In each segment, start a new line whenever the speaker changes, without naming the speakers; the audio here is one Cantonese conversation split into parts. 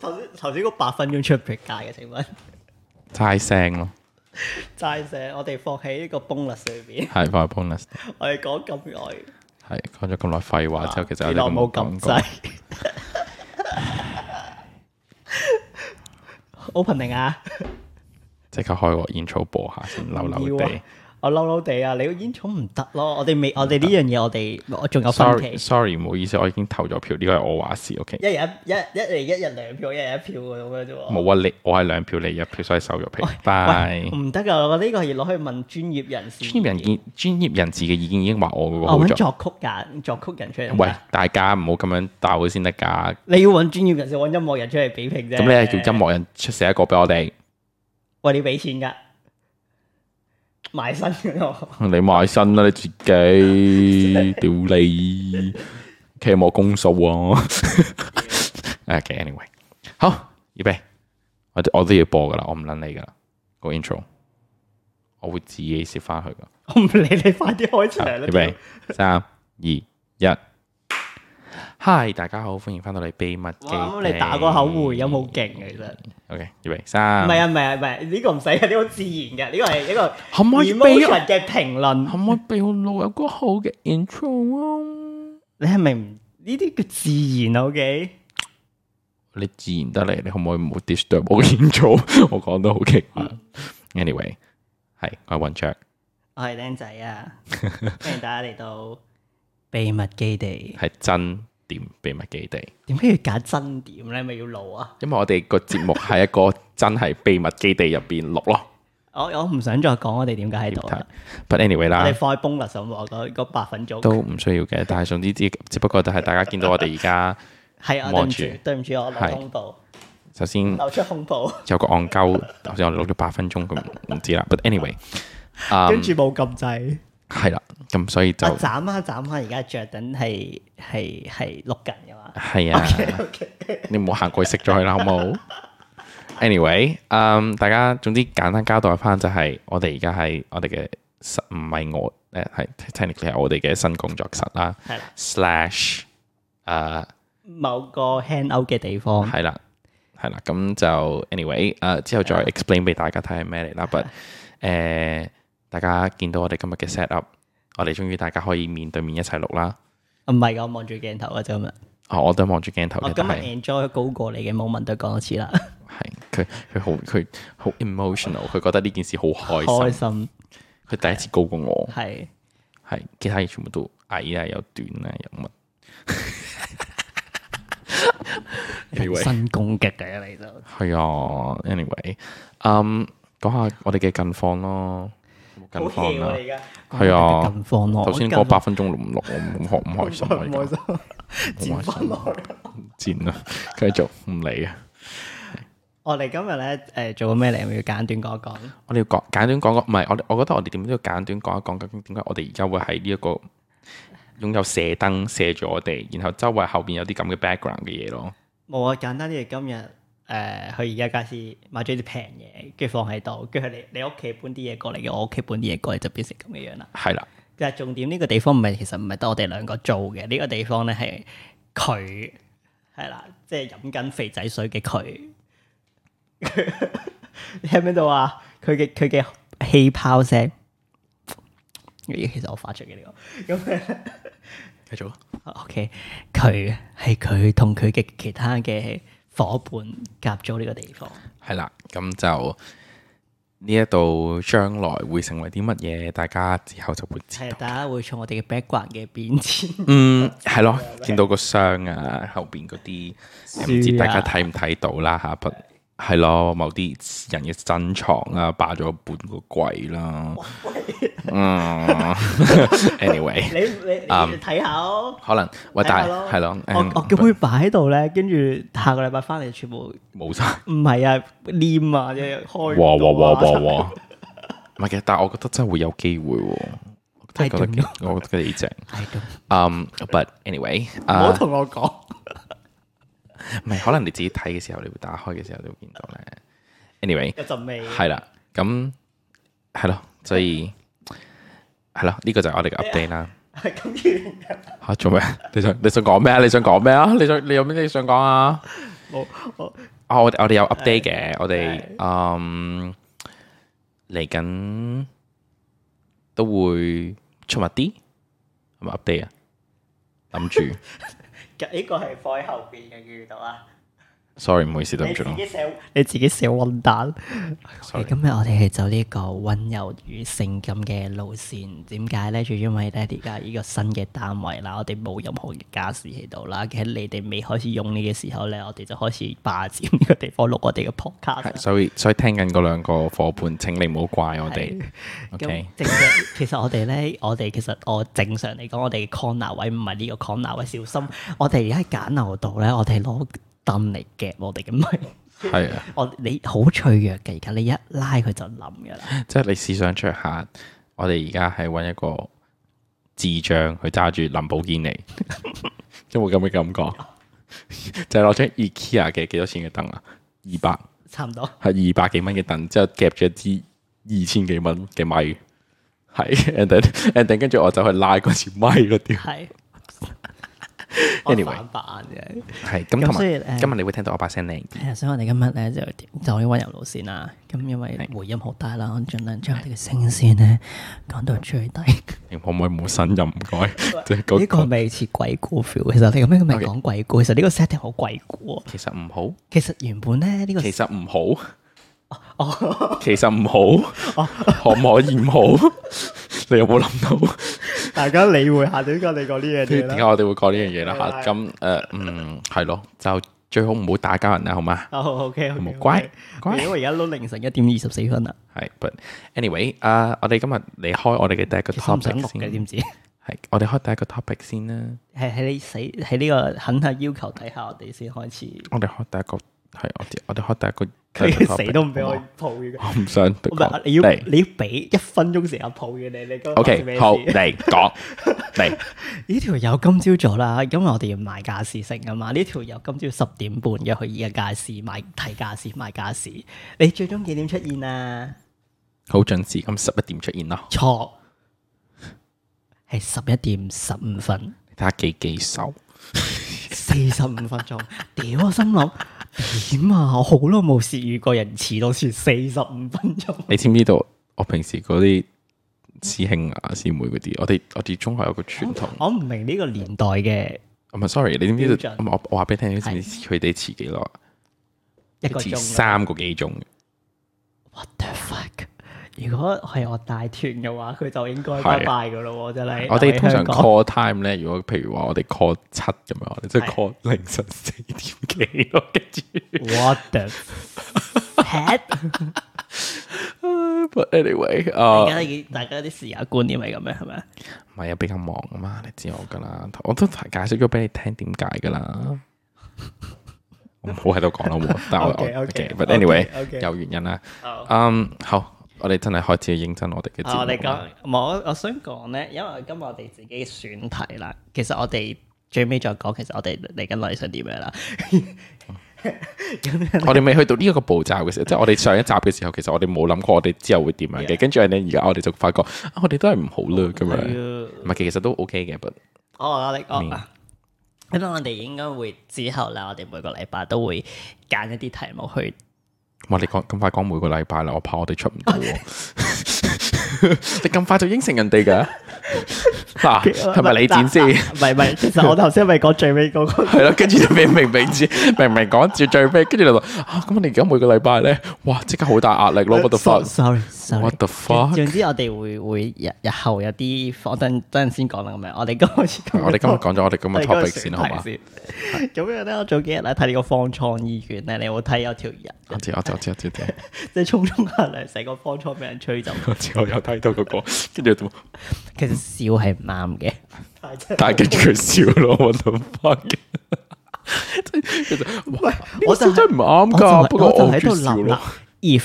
頭先嗰八分鐘出唔出街嘅？請問
齋聲咯，
齋聲，我哋放喺呢個 bonus 裏邊，
係放喺 bonus，
我哋講咁耐，
係講咗咁耐廢話之後，其實我
原來
哋都
冇
冇
咁
講過。
滯。opening 啊，
即刻開個煙草播下先，溜溜
唔要啊
地。
我嬲嬲地啊！你個煙草唔得咯，我哋未，我哋呢樣嘢我哋我仲有分
Sorry
歧，
sorry，唔好意思，我已經投咗票，呢個係我話事，OK。
一人一一一人一人兩票，一人一票咁樣啫喎。
冇啊，你我係兩票，你一票，所以收咗皮。拜
喂，。唔得噶，我覺得呢個係要攞去問專業人士。
專業人見專業人士嘅意見已經話我嗰個
我
好
揾
咗。
作曲人，作曲人出嚟。
喂，，大家唔好咁樣鬥先得㗎。
你要揾專業人士，揾音樂人出嚟比拼啫。
咁你係叫音？樂人出寫一個俾我哋，
喂，你俾錢噶，埋身嘅 我。
你買身啦你自己，屌你，企冇公數 啊！OK，anyway，好，預備，我我都要播噶啦，我唔撚你噶啦，個 intro，我會自己攝翻去噶。
我唔理你，快啲開場啦
预！备，三二一，Hi，大家好，歡迎翻到嚟秘密基
哇，咁
地。
你打個口回音好勁嘅，其實。
？OK，預備，三，
唔係啊，唔係啊，唔係啊，呢個唔使嘅，呢個好自然嘅，呢個係一個
可唔可以俾我
emotion 嘅評論。
可唔可以俾我老友個好嘅 intro 啊？
你係咪唔呢啲叫自然？OK，
你自然得嚟，你可唔可以唔好 disturb 我嘅 intro？我講得好奇怪。Anyway，係我係雲卓，
我係僆仔啊，歡迎大家嚟到秘密基地。
係真點秘密基地，
點解要揀真點咧？咪要錄啊！
因為我哋個節目係一個真係秘密基地入邊錄咯。
我我唔想再講我哋點解喺度啦，
But anyway
啊我
啦
哋。放喺 bonus 咁喎，嗰嗰八分鐘
都唔需要嘅，但係總之只只不過就係大家見到我哋而家
係啊，對
望
唔
住
住，對唔住，我
係
流胸部，
首先
流出胸部，
有個戇鳩，頭先我哋錄咗八分鐘咁，唔知啦。But anyway，啊、
跟住冇撳掣。
係啦，咁所以就
啊，斬下斬下，而家着緊係係係錄緊嘅嘛。
係啊。你唔好行過去熄咗佢啦，好冇？Anyway，嗯，大家總之簡單交代翻就係我哋而家係我哋嘅室，唔係我誒係 technically 係我哋嘅新工作室啦
係啦，
，slash 誒
某個 hand out 嘅地方
係啦係啦，咁就 anyway 誒之後再 explain 俾大家睇係咩嚟啦，but 誒大家見到我哋今日嘅 set up，我哋終於大家可以面對面一齊錄啦。
唔係㗎，我望住鏡頭嘅啫嘛。
哦，我都望住鏡頭
我
嘅，
今
但
日
係
enjoy 高過你嘅 moment，都講多次啦，
係佢佢好佢好 emotional，佢覺得呢件事好開心
開。心
佢第一次高過我，
係
係其他嘢全部都矮啊，又短啊，又乜。anyway，
新攻擊嘅你就。
係啊，anyway，嗯，講下我哋嘅近況咯，近
好 h
況
我
啦，
哋而家。
係啊
近況咯。
頭先嗰八分鐘錄唔錄，我唔開唔 開心啊，
唔
而
開
家
心，
好開
剪
心
翻落去。
賤啊，繼續唔理啊，
我哋今日咧誒做咩嚟？係咪要簡短講一講。
我哋要講簡短講講，唔係我哋，我覺得我哋點都要簡短講一講，究竟點解我哋而家會喺呢一個擁有射燈射咗我哋，然後周圍後邊有啲咁嘅 background 嘅嘢咯。
冇啊，簡單啲，今日誒去而家街市買咗啲平嘢，跟住放喺度，跟住你你屋企搬啲嘢過嚟嘅，我屋企搬啲嘢過嚟就變成咁嘅樣啦。
係啦，
但係重點呢個地方唔係其實唔係得我哋兩個做嘅，呢、個地方咧係佢係啦，即係飲緊肥仔水嘅佢。 你聽唔聽到啊？佢嘅佢嘅氣泡聲，咦其實我發出嘅呢、個咁。
繼續。啊
OK，佢係佢同佢嘅其他嘅伙伴夾咗呢個地方。
係啦，咁就呢一度將來會成為啲乜嘢，大家之後就會知
係
道。
大家會從我哋嘅 background 嘅變 遷，
嗯，係咯，見到個箱啊，後邊嗰啲
書啊
唔知大家睇唔睇到啦吓，不係咯，某啲私人嘅珍藏啊，霸咗半個櫃啦。嗯 ，anyway，
你你
嗯
你睇下哦咯。
可能喂，
睇下
但
咯
係係咯，嗯
我我叫佢擺喺度咧，跟住下個禮拜翻嚟全部唔
冇晒。
係啊黏啊，即係開
哇哇哇哇
哇！
哇！唔係嘅，但係我覺得真係會有機會喎。我真係覺得
I
幾
don't
我覺得幾正。
係咁，
嗯，but anyway，
唔好
啊，
同我 講。
唔係可能你自己睇嘅時候，你會打開嘅時候，你會見到咧。anyway，
有陣味。
係啦，咁係咯，所以係咯，呢個就係我哋
啊
嘅 update 啦。
係咁完㗎。
嚇做咩？你想你想講咩啊？你想講咩啊？你想你有咩你想講啊？
冇我
啊，我我哋有 update 嘅
係，
我哋嗯嚟緊都會出密啲，係咪 update 啊？諗住
呢個係放喺後邊嘅，見到啊！
，sorry，唔好意思，對
你
唔住
自
咯
己寫，你自己寫混蛋。
，sorry，
今日啊我哋係走呢個温柔與性感嘅路線，點解咧？就因為咧而家呢個新嘅單位啦，我哋冇任何嘅家私喺度啦。其實你哋未開始用呢嘅時候咧，我哋就開始霸佔呢個地方錄我哋嘅 podcast 啦
係。所以所以聽緊嗰兩個伙伴，請你唔好怪我哋
係咁
，OK，
正常，其實我哋咧，我哋其實我正常嚟講，我哋嘅 corner 位唔係呢個 corner 位，小心！我哋而家喺簡陋度咧，我哋攞凳嚟夾我哋嘅咪，
係啊，
我哦你好脆弱嘅，而家你一拉佢就冧噶 啦，
即係你試想出下，我哋而家係揾一個智障去揸住林寶堅尼， 有冇咁嘅感覺？ 就係攞張 IKEA 嘅幾多錢嘅凳啊？二百。
差唔多。
係二百幾蚊嘅凳，之後夾住一支二千幾蚊嘅咪，係 and then and then 跟住我走去拉嗰支咪咯，屌
係。
Anyway
我反白眼嘅。
係咁
咁
同
所以
埋
誒
今日你會聽到我把聲靚啲，
係啊，所以我哋今日咧就走啲温柔路線啦。咁因為回音好大啦，我盡量將我哋嘅聲線咧講到最低。
你可唔可以冇呻吟唔 該？即係嗰
呢個咪似鬼故 feel。其實你咁樣咪講鬼故，其實呢個 setting 好鬼故啊。
其實唔 好，
其實原本咧呢個
其實唔
哦
好，其實唔好，可唔可以 唔好？你有冇諗到？
大家理會下點解你講呢樣
點解。我哋會講呢樣嘢啦？
係
吓
係
咁誒，嗯，係咯，就最好唔好打交人啦，好嘛？
哦，OK，
好冇乖乖
因為而家都凌晨一點二十四分啦，
係，but anyway，啊，我哋今日離開我哋嘅第一個
其實唔想
topic
錄嘅，
先
知。唔知？
係，我哋開第一個 topic 先啦。
係喺你死喺呢個狠下要求底下，我哋先開始。
我哋開第一個係我哋我哋開第 一個
佢
第一個 topic，
死都唔俾
好
我
嘛
抱嘅。
我唔想
唔係
講
你要
嚟
你要俾一分鐘時間抱嘅你，你嗰個發生咩
OK
事
好嚟講嚟
呢條友今朝早啦，因為我哋要買家私城啊嘛。呢條友今朝十點半約去依家街市買睇家私買家私，你最終幾點出現啊？
好準時咁十一點出現咯。
錯，係十一點十五分。
你睇下幾幾手
四十五分鐘，屌我心諗點啊！我好耐冇試遇過人遲到遲四十五分鐘。
你知唔知道我平時嗰啲師兄啊師妹嗰啲，我哋我哋中學有個傳統。
我唔明呢個年代嘅
唔係 sorry，你知唔知道
標？準
我我話俾你聽，你知唔知佢哋遲幾耐？
一個
遲
鐘。啊
三個幾鐘。
What the fuck？如果係我帶團嘅話，佢就應該
係啊
拜拜噶咯喎，真係。
我哋通
留喺香
常
港
call time 咧，如果譬如話我哋 call 七咁樣，我哋即係
係
call 凌晨四點 幾咯，跟住。
What the heck？
But anyway，
大
啊，
家已大家啲時間觀念係咁樣係咪？
唔係啊，比較忙啊嘛，你知我噶啦，我都解釋咗俾你聽點解噶啦。我唔好喺度講啦，好冇但係我
OK，OK，
，but anyway，
OK，OK
有原因啦。
好
嗯，好，我哋真係開始認真我哋嘅節
啊，我哋
目
講
啦。，
唔係我我想講咧，因為今日我哋自己選題啦，其實我哋最尾再講，其實我哋嚟緊落嚟想點樣啦。
我哋未去到呢一個步驟嘅時候，即係我哋上一集嘅時候，其實我哋冇諗過我哋之後會點樣嘅。跟住咧，而家我哋就發覺啊，我哋都係唔好啦咁樣。
係啊
唔係，其實都 OK 嘅，but
我哦我你我
明
咁我哋應該會之後啦，我哋每個禮拜都會揀一啲題目去
哇！你講咁快講每個禮拜啦，我怕我哋出唔到喎。你咁快就應承人哋㗎？嗱，係咪你剪先？
唔係唔係，其實我頭先咪講最尾嗰個，
係咯，跟住就俾明明知，明明講住最尾，跟住就話啊，咁你而家每個禮拜咧，哇，即刻好大壓力咯！What the fuck？What
sorry sorry。
the fuck？
總之我哋會會日日後有啲，我等等陣先講啦咁樣。我哋今開始講，
我哋今日講咗我哋咁
我哋今
嘅
日
topic
選
先，
題
好嘛？
咁樣咧，我早幾日啊咧睇呢個方艙醫院咧，你有冇睇有條人
我知我知我知我知我知，
即係沖沖下涼，成個方艙俾人吹走？
我知我有睇到嗰個，跟住就
其實笑係唔啱嘅，
但係跟住佢笑咯，what the fuck？即係其實哇，呢個
我就
笑
係
真係唔啱
我就係
㗎，不過
我
我
就喺
中
度
意笑
諗
咯
啦。，if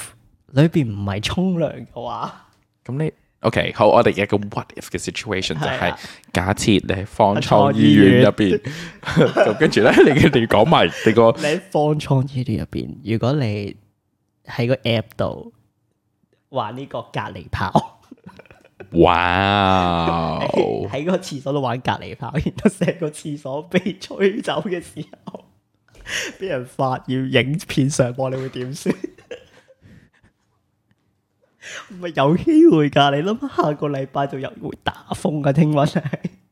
裏邊唔係沖涼嘅話，
咁你 OK 好，我哋有一個 what if 嘅 situation 就
係
係
啊
假設你喺方艙
喺
醫院入 邊，咁跟住咧， 你嘅你講埋你個
你喺方艙醫院入邊，如果你喺個 app 度玩呢個隔離跑，
哇
喺喺個廁所度玩隔離跑，然後成個廁所被吹走嘅時候，俾人發要影片上網，你會點先？唔係有機會㗎，你諗下下個禮拜就有會打風㗎，聽聞係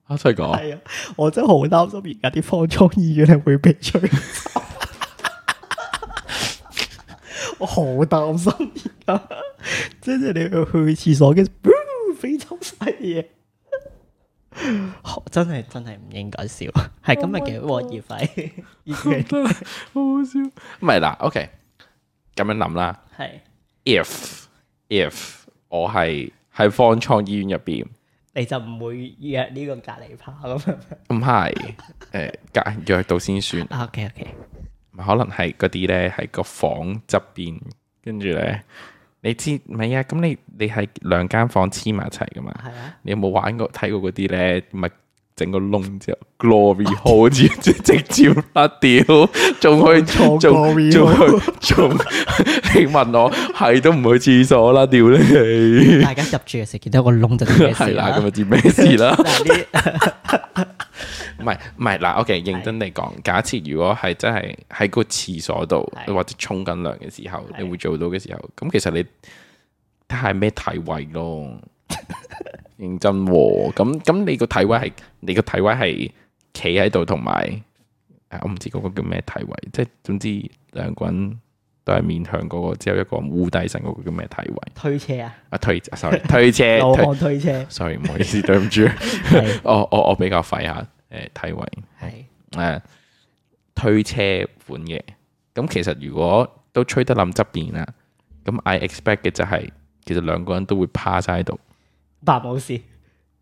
啊真係講，
係啊，我真係好擔心而家啲方艙醫院係會被 吹走我好擔心而家，即係你去廁所嘅，飛走晒啲嘢。真係真係唔應該笑，係今日嘅鑊業費，Oh 已經
好 好笑。唔係嗱，OK，咁樣諗啦。
係
if if 我係喺方艙醫院入邊，
你就唔會約呢個隔離趴咁樣。
唔係誒隔約到先算，
OK OK，
可能係嗰啲咧喺個房側邊，跟住咧你知唔係啊？咁你你係兩間房黐埋一齊噶嘛？
係啊，
你有冇玩過睇過嗰啲咧？咪整個窿之後 glory hole 直接直接甩 掉，仲去
放錯
仲仲
glory
去仲 你問我係都唔去廁所啦，屌你！
大家入住嘅時候見到個窿就知咩事啊
係啦，
啦
咁。就知咩事啦。
嗱呢
唔係唔係嗱，OK，認真嚟講，假設如果係真係喺個廁所度
係
或者沖緊涼嘅時候，
係
你會做到嘅時候，咁其實你睇下咩體位咯。 認真喎，咁咁你個體位係你個體位係企喺度同埋啊我唔知嗰個叫咩體位，即係總之兩個人都係面向嗰個，只有一個烏低身嗰個叫咩體位？
推車啊，
啊推，sorry，推 車，
老
推
漢推車
sorry，唔好意思，對唔住。
係
我我我比較廢下誒體位
係
誒、呃推車款嘅，咁其實如果都吹得冧側邊啦，咁 I expect 嘅就係、其實兩個人都會趴晒喺度，
白冇事。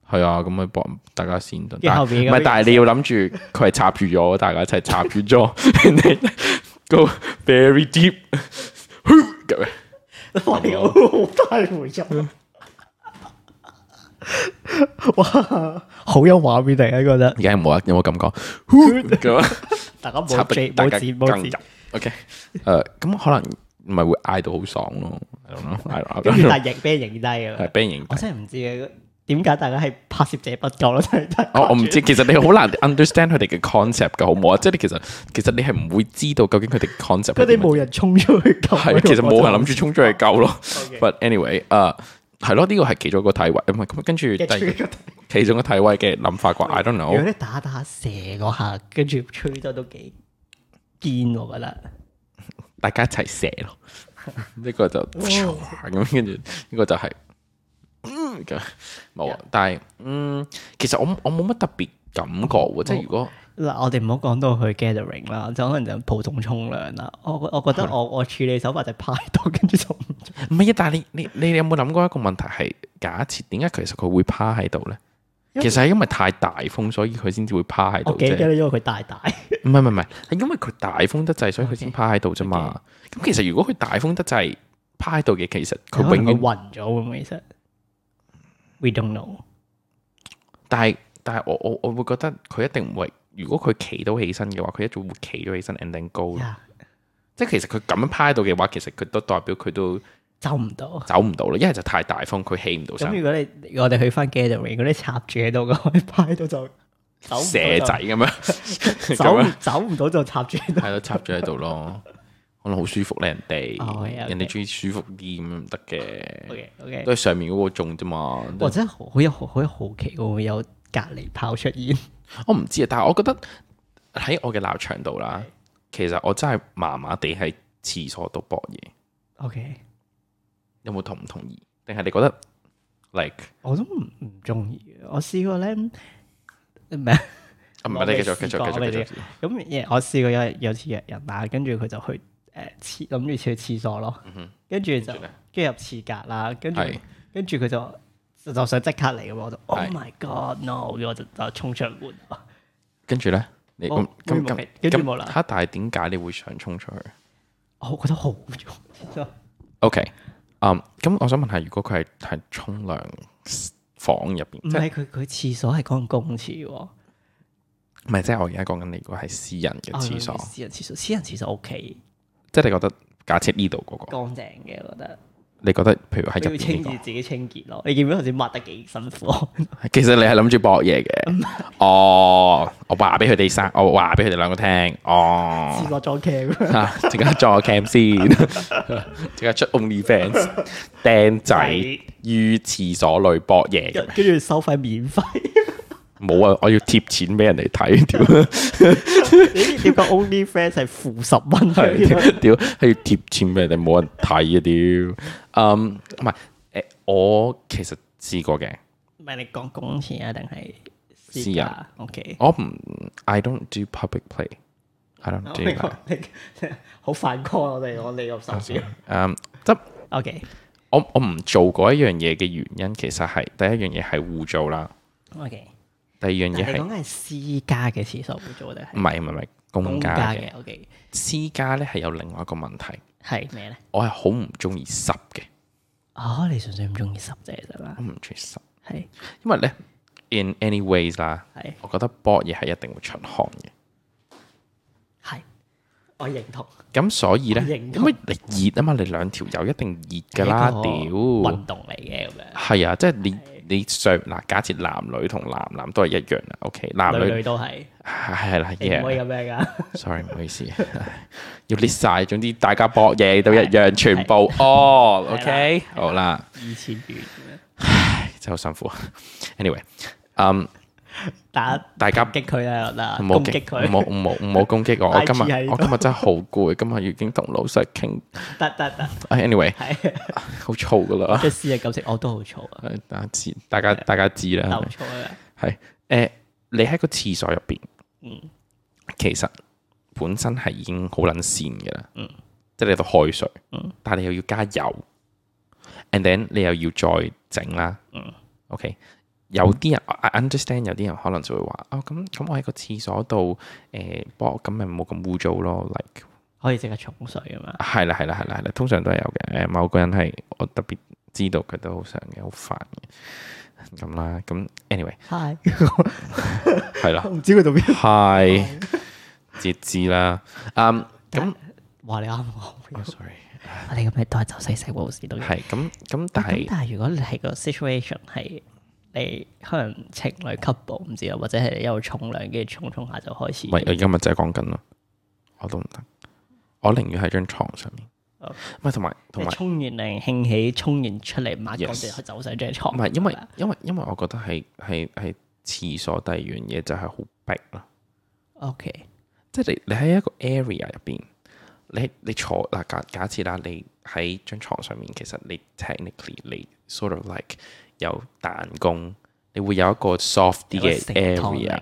係啊，咁咪搏大家先得。
一後面
但
咁
唔係
樣，
但係你要諗住佢係插住咗，大家一齊插住咗 and then，go very deep 咁樣。
哇！你好大回音， 哇！好有畫面嚟啊，覺得
而家有冇啊？有冇咁講？ 咁樣
大家
插
冇
得
字
大家
冇字冇
更入
字，。
OK，誒咁可能咪會嗌到好爽咯。I don't know，I don't know。
跟住但係影俾人影低
係
嘅，
俾人認
我真係唔知嘅點解大家係拍攝者不夠咯，真係
我我唔 知，其實你好難 understand 佢哋嘅 concept 噶，好唔好啊？即係你其實其實你係唔會知道究竟佢哋 concept
佢
係
哋
點樣
冇人衝出去救，
係，其實冇人諗住衝出去救 咯。
OK
But anyway，誒係咯，呢個係其中一個體位，唔係咁跟住第二個
嘅。
其中一個體位嘅諗法啩，I don't
如果
know。
你打打蛇嗰下，跟住吹得都幾堅，我覺得。
大家一齊射 咯，呢個就咁跟住呢個就係嗯咁冇啊。但係嗯，其實我我冇乜特別感覺喎，即係如果
嗱，我哋唔好講到去 gathering 啦，就可能就普通沖涼啦。我我覺得我我處理手法就係派到，跟住就 唔
唔係啊，但係你你你有冇諗過一個問題係假設點解其實佢會趴喺度咧？
因
其實係因為太大風，所以佢先至會趴喺
我
度
幾
啫。
驚，因為佢大大。
唔係唔係唔係，係因為佢大風得滯，所以佢先趴喺度啫嘛。咁其實如果佢大風得滯趴喺度嘅，其實佢
可
永
能佢
遠，
暈咗會唔會其實？We don't know。
但係但係我我我會覺得佢一定唔會。如果佢企到起身嘅話，佢一早會企咗起身 and then go 咯。
呀
即係其實佢咁樣趴喺度嘅話，其實佢都代表佢都
走唔到。
走唔到啦。一係就太大風，佢起唔到
咁
身，
如果你我哋去翻 gathering，嗰啲插住喺度嘅，派到就走唔
蛇
到
仔咁
就，
樣咁啊樣
走唔走唔到就插住喺度。
係咯，插咗喺度咯，可能好舒服咧，人哋、
哦，yeah，
人哋中意舒服啲咁樣唔得嘅，
OK OK。
都係上面嗰個啊中啫嘛。
我真係好好有好好有好奇會唔會有隔離炮出現？
我唔知啊，但係我覺得喺我嘅鬧場度啦，其實我真係麻麻地喺廁所度搏嘢，
OK，
有冇同唔同意？定係你覺得 like
我都唔唔中意嘅。我試過咧，唔係
啊唔
我
係
未
你繼續繼
試過
續
我
繼
未
續繼續，
咁，我試過有有次約人啦，跟住佢就去誒廁諗住去廁所
嗯
咯，跟住就
跟住咧
跟住入廁格啦，跟住
啊係
跟住佢就就就想即刻嚟咁，我就 Oh
係
my God no！我就就衝出門，
跟住咧你
我
咁咁
冇
咁
跟住冇啦
咁嚇，但係點解你會想衝出去
我覺得好重。
？OK，嗯，咁我想問下，如果佢係係沖涼房入邊，
唔
即
係
係
佢佢廁所係講公廁喎，
唔係，即係我而家講緊你如果係私人嘅廁所，
哦私人廁所，私人廁所 OK
即係你覺得假設呢度嗰個，
乾淨嘅，我覺得。
你覺得譬如喺
哦要
入邊
清
呢個
住自己清潔咯。你見唔見頭先抹得幾辛苦？
哦其實你係諗住搏嘢
嗯
嘅。哦，我話俾佢哋生，我話俾佢哋兩個聽。哦
試，過裝 cam，
嚇即刻做 cam 先，即刻出 OnlyFans 釘仔於廁所裏搏嘢咁。
跟住收費免費。
冇啊，我要貼錢俾人哋 睇，屌
你點解 OnlyFans 係負十蚊
係屌係要貼錢俾人哋，冇人睇啊屌。嗯，唔係誒，我其實試過嘅，
唔係你講工錢啊，定係
私人
家？OK。
我唔，I don't do public play。I don't
我
do
哋
that
講。你好反 call 我哋，我哋咁手 錶。
嗯，即
OK，
我我唔做嗰一樣嘢嘅原因，其實係第一樣嘢係污糟啦，
OK。
第二樣
你
嘢係
講緊係私家嘅廁所會做定
唔
係
係唔係唔係公
公
家
家
嘅？
嘅？OK，
私家咧係有另外一個問題，
係咩咧？
我係好唔中意濕嘅，
哦，你純粹唔中意濕啫，係嘛
我？唔中意濕，
係
因為咧 in any ways 啦，
係
我覺得搏嘢係一定會出汗嘅。
係，我認同。
咁所以咧，
我認
因
同
為你熱啊嘛，你兩條友一定熱㗎
係一
啦，
個
屌！
運動嚟嘅咁樣，
係啊，即係你你上嗱，假設男女同男男都係一樣啦，OK，男
女
女
女都係，
係啦
你唔可以
，yeah。
咁樣噶。
sorry，唔好意思， 要 list 晒，總之大家搏嘢都一樣，全部哦，OK，好啦，
二千元咁樣，
真係好辛苦。anyway，嗯，
打
大家
攻擊佢啦，嗱，
唔好
攻擊
唔好
佢，
唔好唔好攻擊我，我
IG
今日
喺度
我今日真係好攰，今日已經同老細傾
得得得，
哎，anyway，
係。
好燥噶啦
即，係私人感情，我都好燥啊，
哎大家知，大家大家知
鬥
啦，
燥啊，
係誒，你喺個廁所入邊，
嗯
其實本身係已經好撚跣嘅啦，
嗯
即係你度開水，
嗯
但係你又要加油，and then 你又要再整啦，
嗯
OK，有啲人我 I understand，有啲人可能就會話哦，咁咁我喺個廁所度誒搏，咁咪冇咁污糟咯，like
可以即刻沖水啊嘛，
係啦係啦係啦係啦，通常都係有嘅。誒某個人係我特別知道佢都好想嘅，好煩嘅咁啦。咁 anyway
嗨，
係啦
唔知佢度邊，
，hi，截肢啦，嗯咁
話你啱我，
，sorry，
我哋咁咪都係走細細步事都要。
係咁咁，但
啊咁
係
但係如果你係個 situation 係你可能情侶 couple 唔知啊，或者係你一路沖涼，跟住沖沖下就開始。
喂，我而家咪就係講緊咯，我都唔得，我寧願喺張床上面，
哦
唔係同埋同
你
埋。
沖完涼興起，沖完出嚟抹乾
Yes
淨，走上張
唔
床。啊
係因為
係咪
因為因為我覺得係係係廁所第二樣嘢就係好逼啦，
OK，
即係你你喺一個 area 入邊，你你坐嗱假假設啦，你喺張床上面，其實你 technically 你 sort of like 有彈弓，你會有一個 soft 啲嘅
有個承托力
area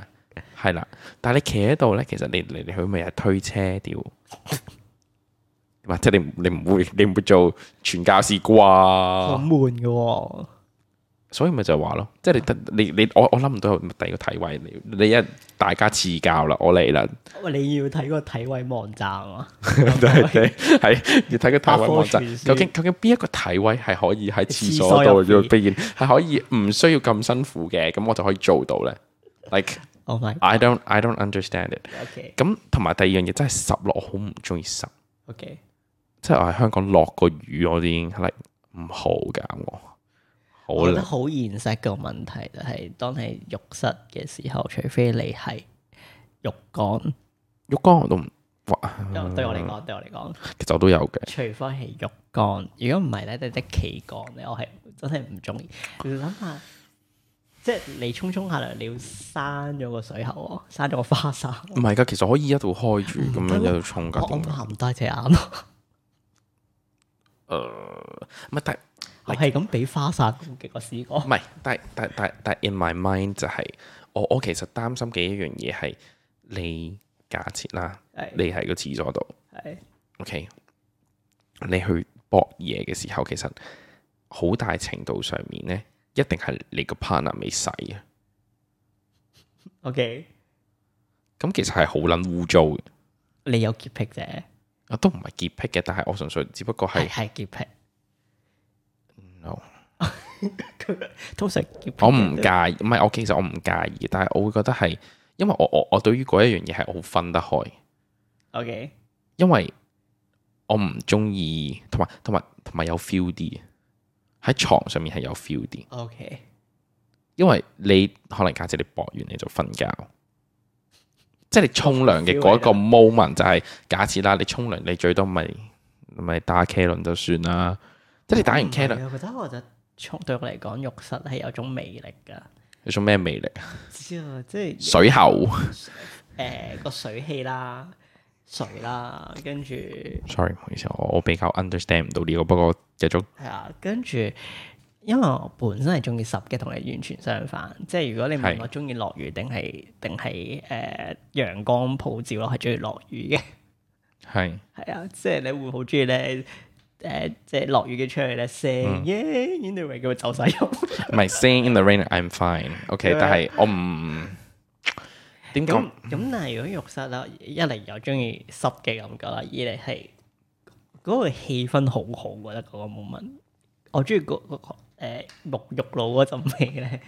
係啦，但係你企喺度咧，其實你嚟嚟去咪係推車屌。 或者你唔你唔會你唔會做傳教士
好
啩，
悶嘅喎。
所以咪就係話咯，即係你得你你我我諗唔到有第二個體位，你你一大家賜教啦，我嚟啦，
喂，哦你要睇個體位網站啊？
都係係要睇個體位網
百科全
站，
書
究竟究竟邊一個體位係可以喺廁所
廁所
度
入
做
邊
表現，係可以唔需要咁辛苦嘅，咁我就可以做到咧。Like
Oh my
I don't I don't understand it。
，OK
咁同埋第二樣嘢真係濕落，我好唔中意濕，
OK，
即係我喺香港落個雨，我已經係唔好㗎我。好
我覺得
啦，
好現實個問題就係，當你浴室嘅時候，除非你係浴缸，
浴缸我都唔哇，
因為對我嚟講，對我嚟講。
其實我都有嘅。
除非係浴缸，如果唔係咧，你得企缸咧，我係真係唔中意。你諗下，即係你沖沖下涼，你要閂咗個水喉喎，閂咗個花灑。
唔係㗎，其實可以一度開住咁樣
得
一
咩
度沖
我
㗎。
嗯我
點解
行唔低隻眼咯，
呃唔係，但
我係咁俾花灑攻擊，我試過
唔。係，但但但但 in my mind 就係、我我其實擔心嘅一樣嘢係你假設啦，
係
你喺個廁所度
係
，OK，你去搏嘢嘅時候，其實好大程度上面咧，一定係你個 partner 未洗嘅，
OK，
咁其實係好撚污糟嘅。
你有潔癖啫，
啊，都唔係潔癖嘅，但係我純粹只不過
係
係
係潔癖。
no，
通常潔癖
我唔介意，唔係我其實我唔介意，但係我會覺得係因為我我我對於嗰一樣嘢係我好分得開。
OK，
因為我唔中意，同埋同埋同埋有 feel 啲，喺床上面係有 feel 啲，
OK，
因為你可能假設你搏完你就瞓覺，即係你沖涼嘅嗰一個 moment 就係假設啦，你沖涼你最多咪咪打茄輪就算啦，即係你打完茄
唔
輪
係啊我覺得我就沖對我嚟講，浴室係有種魅力㗎。
有種咩魅力啊？
知啊，即係
水喉
誒個水氣啦、水啦，跟住
，sorry 唔好意思，我我比較 understand 唔到呢個，不過繼續
係啊，跟住。因為我本身係中意濕嘅，同你完全相反。即係如果你問
係
我中意落雨定係定係誒陽光普照咯，係中意落雨嘅。
係
係啊，即係你會好中意咧誒，即係落雨嘅出去咧，
嗯
成耶 in the rain 佢會走晒音。
唔係 Sing in the rain I'm fine，OK，、
Yeah.
但係我唔點
咁
講
咁，但係如果浴室啦，一嚟又中意濕嘅感覺啦，二嚟係嗰個氣氛好好，我覺得嗰個 moment，我中意嗰嗰個誒沐浴露嗰陣味咧。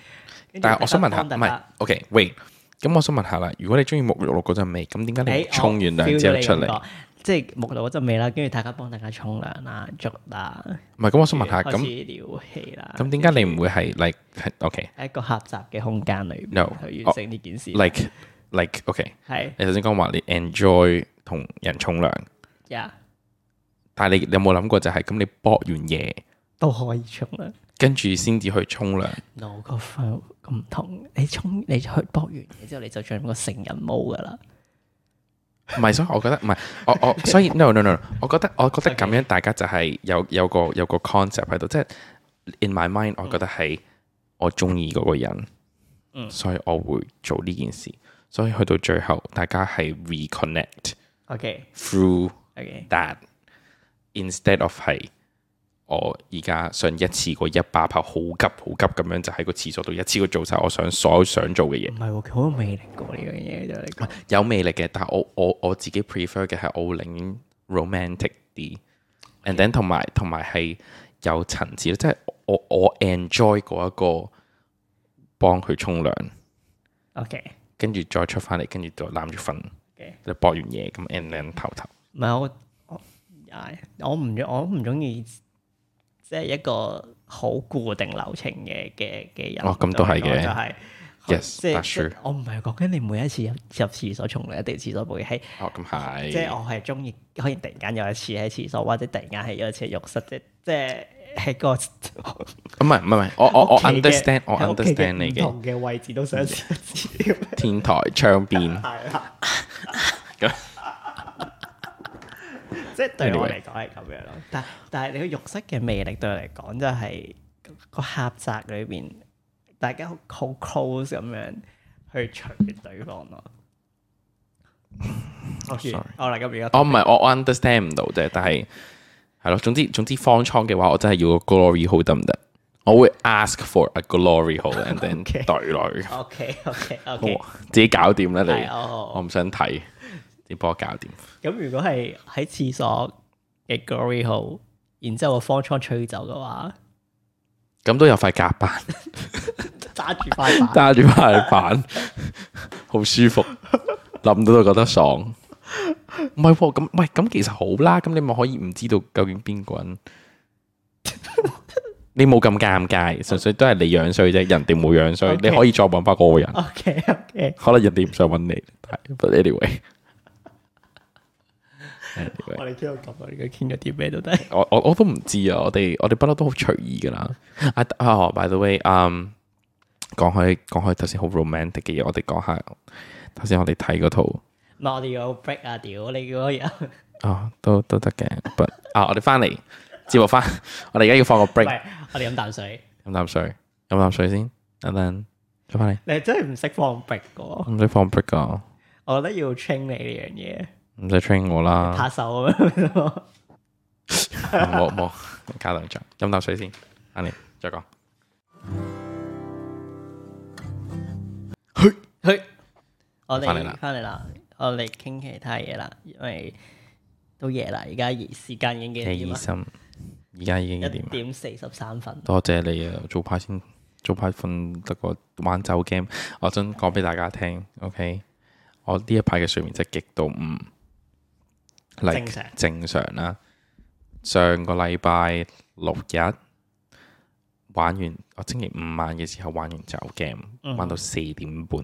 跟住
但係我想問下，
幫大
唔
家
係，OK，wait，咁我想問下啦，如果你中意沐浴露嗰陣味，咁點解你
誒
唔沖完涼之後出，
哎我 feel 到你咁
嚟
講？即係沐浴露嗰陣味啦，跟住大家幫大家沖涼啦、捽啦，
唔係，咁我想問下，
跟住
咁
開始撩氣啦。
咁點解你唔會係 like 係 OK，like
喺一個狹窄嘅空間裏面
No，
去完成呢件事？
like OK，
係
你頭先講話你 enjoy 同人沖涼，
呀，
但係你你有冇諗過就係咁你搏完嘢，
都可以沖啦。
跟住先至去沖涼？
no 個 feel 唔同，你沖你去搏完嘢之後，你就進入個成人模噶啦。
唔係，所以我覺得唔係，我我所以 no no no，no，我覺得我覺得咁樣大家就係有有個有個 concept 喺度，即係 in my mind，我覺得係我中意嗰個人，
嗯
所以我會做呢件事，所以去到最後，大家係 reconnect
OK
through
OK，
that instead of 係我而家想一次過一把炮，好急好急咁樣就喺個廁所度一次過做晒我想所有想做嘅嘢
唔。係喎，佢好有魅力過呢樣嘢對你講。
有魅力嘅，但係我我我自己 prefer 嘅係我會寧願 romantic 啲，and then 同埋同埋係有層次咯，即係我我 enjoy 嗰一個幫佢沖涼，
OK
跟住再出翻嚟，跟住就攬住瞓
OK，
就搏完嘢咁，and then 頭頭
唔係我我唉我唔我唔中意即係一個好固定流程嘅嘅嘅人。
哦咁都係嘅
對我就係
Yes，
即係
that's true
即係我唔係講緊你每一次入入廁所從來一定廁所部嘅係。
哦咁
即係
係，
我係中意，可能突然間有一次喺廁所，或者突然間係有一次喺浴室，即即係喺個
哦唔係唔係唔係，我我我
屋企嘅
understand 我
喺屋企嘅
understand 你
唔
嘅嗯
同嘅位置都想試一次，
天台窗邊，
係啦
咁。
即係對我
Anyway
嚟講係咁樣咯，但但係你個浴室嘅魅力對我嚟講就係個狹窄裏邊，大家好好 close 咁樣去隨對方 咯。好
Oh， Sorry
好啦，咁而家
哦我唔係我我 understand 唔到啫，但係係咯，總之總之方艙嘅話，我真係要個 glory hole 得唔得？我會 ask for a glory hole，and then
Okay
對落去，
OK OK
我
OK，
話自己搞掂啦
係
你，
哦。
我唔想睇，你幫我搞掂。
咁如果係喺廁所嘅 glory hole，然之後個方艙吹走嘅話，
咁都有塊夾板
揸住塊板，
揸住塊 板，好舒服，諗到都覺得爽。唔係喎，咁喂，咁其實好啦，咁你咪可以唔知道究竟邊個 人，你冇咁尷尬，純粹都係你樣衰啫，人哋冇樣衰，
Okay
你可以再揾翻嗰個人。
OK OK，
可能人哋唔想揾你，但係 but anyway。Anyway，
我哋傾到咁，我哋而家傾咗啲咩到底？
我我我都唔知啊！我哋我哋不嬲都好隨意噶啦。啊啊，by the way，嗯，講開講開頭先好 romantic 嘅嘢，我哋講下頭先我哋睇嗰套
唔係我哋有 break 啊！屌你嗰個人，
啊，都都得嘅。but 啊，我哋翻嚟接落翻， 我哋而家要放個
唔
break，
係我哋飲啖水。
飲啖水，飲啖水先，等等再翻
你真係唔識放 break 嘅喎，
嚟，唔使放 break 噶，
我覺得要 train 你呢樣嘢，
唔使 train 我 啦，
拍手咁樣 咯。
冇冇加兩張，飲啖水先，翻嚟再講。
去，我
返嚟啦
哋翻嚟啦，我哋傾其他嘢啦，因為都夜啦，而家時間已經幾
嘅
點
醫
啊？
生，而家已經幾
一
點啊？
點四十三分。
多謝你啊！早排先，早排瞓得個玩酒 game，我想講俾大家聽，OK？我呢一排嘅睡眠真係極到唔
正常
正常啦。上個禮拜六日，玩完我星期五晚嘅時候玩完酒 game，
嗯
玩到四點半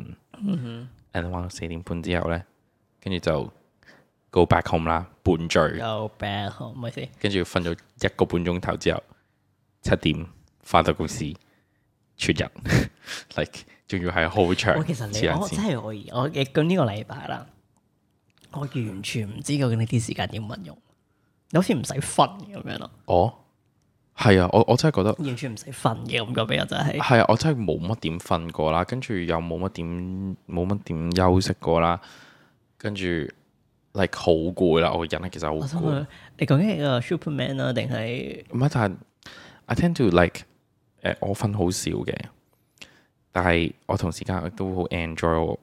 ，and then 玩到四點半之後咧，跟住就 go back home 啦，半醉，
Go back home，咪先。
跟住瞓咗一個半鐘頭之後，七點翻到公司，全日 ，like 仲要係好長，
我其實你
黐
我
撚線
真係我而我亦咁呢個禮拜啦，我完全唔知究竟呢啲時間點運用，你好似唔使瞓咁樣咯，
哦，係啊，我我真係覺得。
完全唔使瞓嘅感覺俾我真係。
係啊，我真係冇乜點瞓過啦，跟住又冇乜點冇乜點休息過啦，跟住 like 好攰啦，我個人係其實
我
好
想
攰，
問你講緊係個 Superman 啊，定係
唔係但係 I tend to like 誒我瞓好少嘅，但係我同時間都好 enjoy 我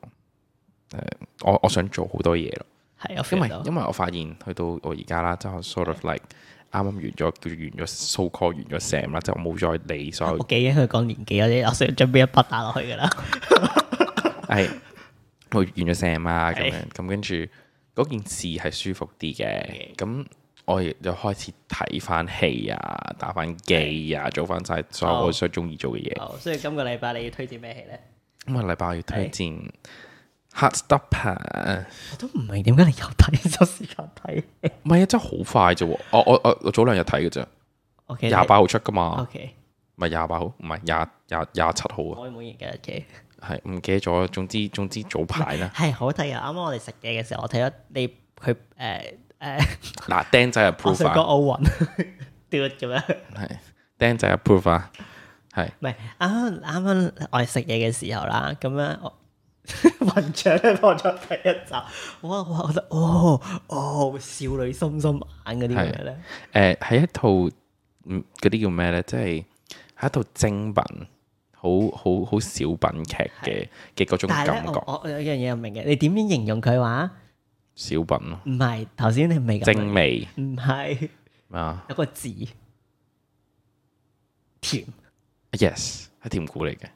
誒我我想做好多嘢咯，
係啊我 feel
因為
到
因為我發現去到我而家啦，即係我 sort of like 啱啱完咗叫做完咗 so call 完咗 Sam 啦，即係我冇再理所有
我記緊佢講年紀嗰啲，我想準備一筆打落去㗎 啦。
係哎我完咗 Sam 啊，咁
係
樣咁跟住嗰件事係舒服啲嘅，咁我亦又開始睇翻戲啊，打翻機啊，做翻晒所有
哦
我想中意做嘅嘢。
好，所以今個禮拜你要推薦咩戲咧？
今個禮拜我要推薦 Heartstopper，
我都唔明點解你又睇咗時間 睇。
唔係啊，真係好快啫喎！我我我我早兩日睇嘅啫，
O K，
廿八號出噶嘛，
OK，
唔係廿八號，唔係廿廿廿七號啊，
我每年嘅日期。
係唔記得咗。總之總之早 排啦，
係好睇啊！啱啱我哋食嘢嘅時候，我睇咗你佢誒誒，
嗱釘仔
我
approve
想講
啊，
奧運 d 咁樣。
係釘仔 approve 啊，係
唔係啱啱啱啱我哋食嘢嘅時候啦，咁樣我 雲長咧播咗第一集，我我覺得哦哦少女心心眼嗰啲咁樣咧，
誒係一套嗯嗰啲叫咩咧？即係係一套精品，好好好小品劇嘅嘅嗰種
但係
感
咧
覺，
我我有一樣嘢唔明嘅，你點樣形容佢話？
小品咯，
唔係頭先你未咁
精
樣，
美
唔係
啊
有個字甜，
，yes 係甜故嚟嘅，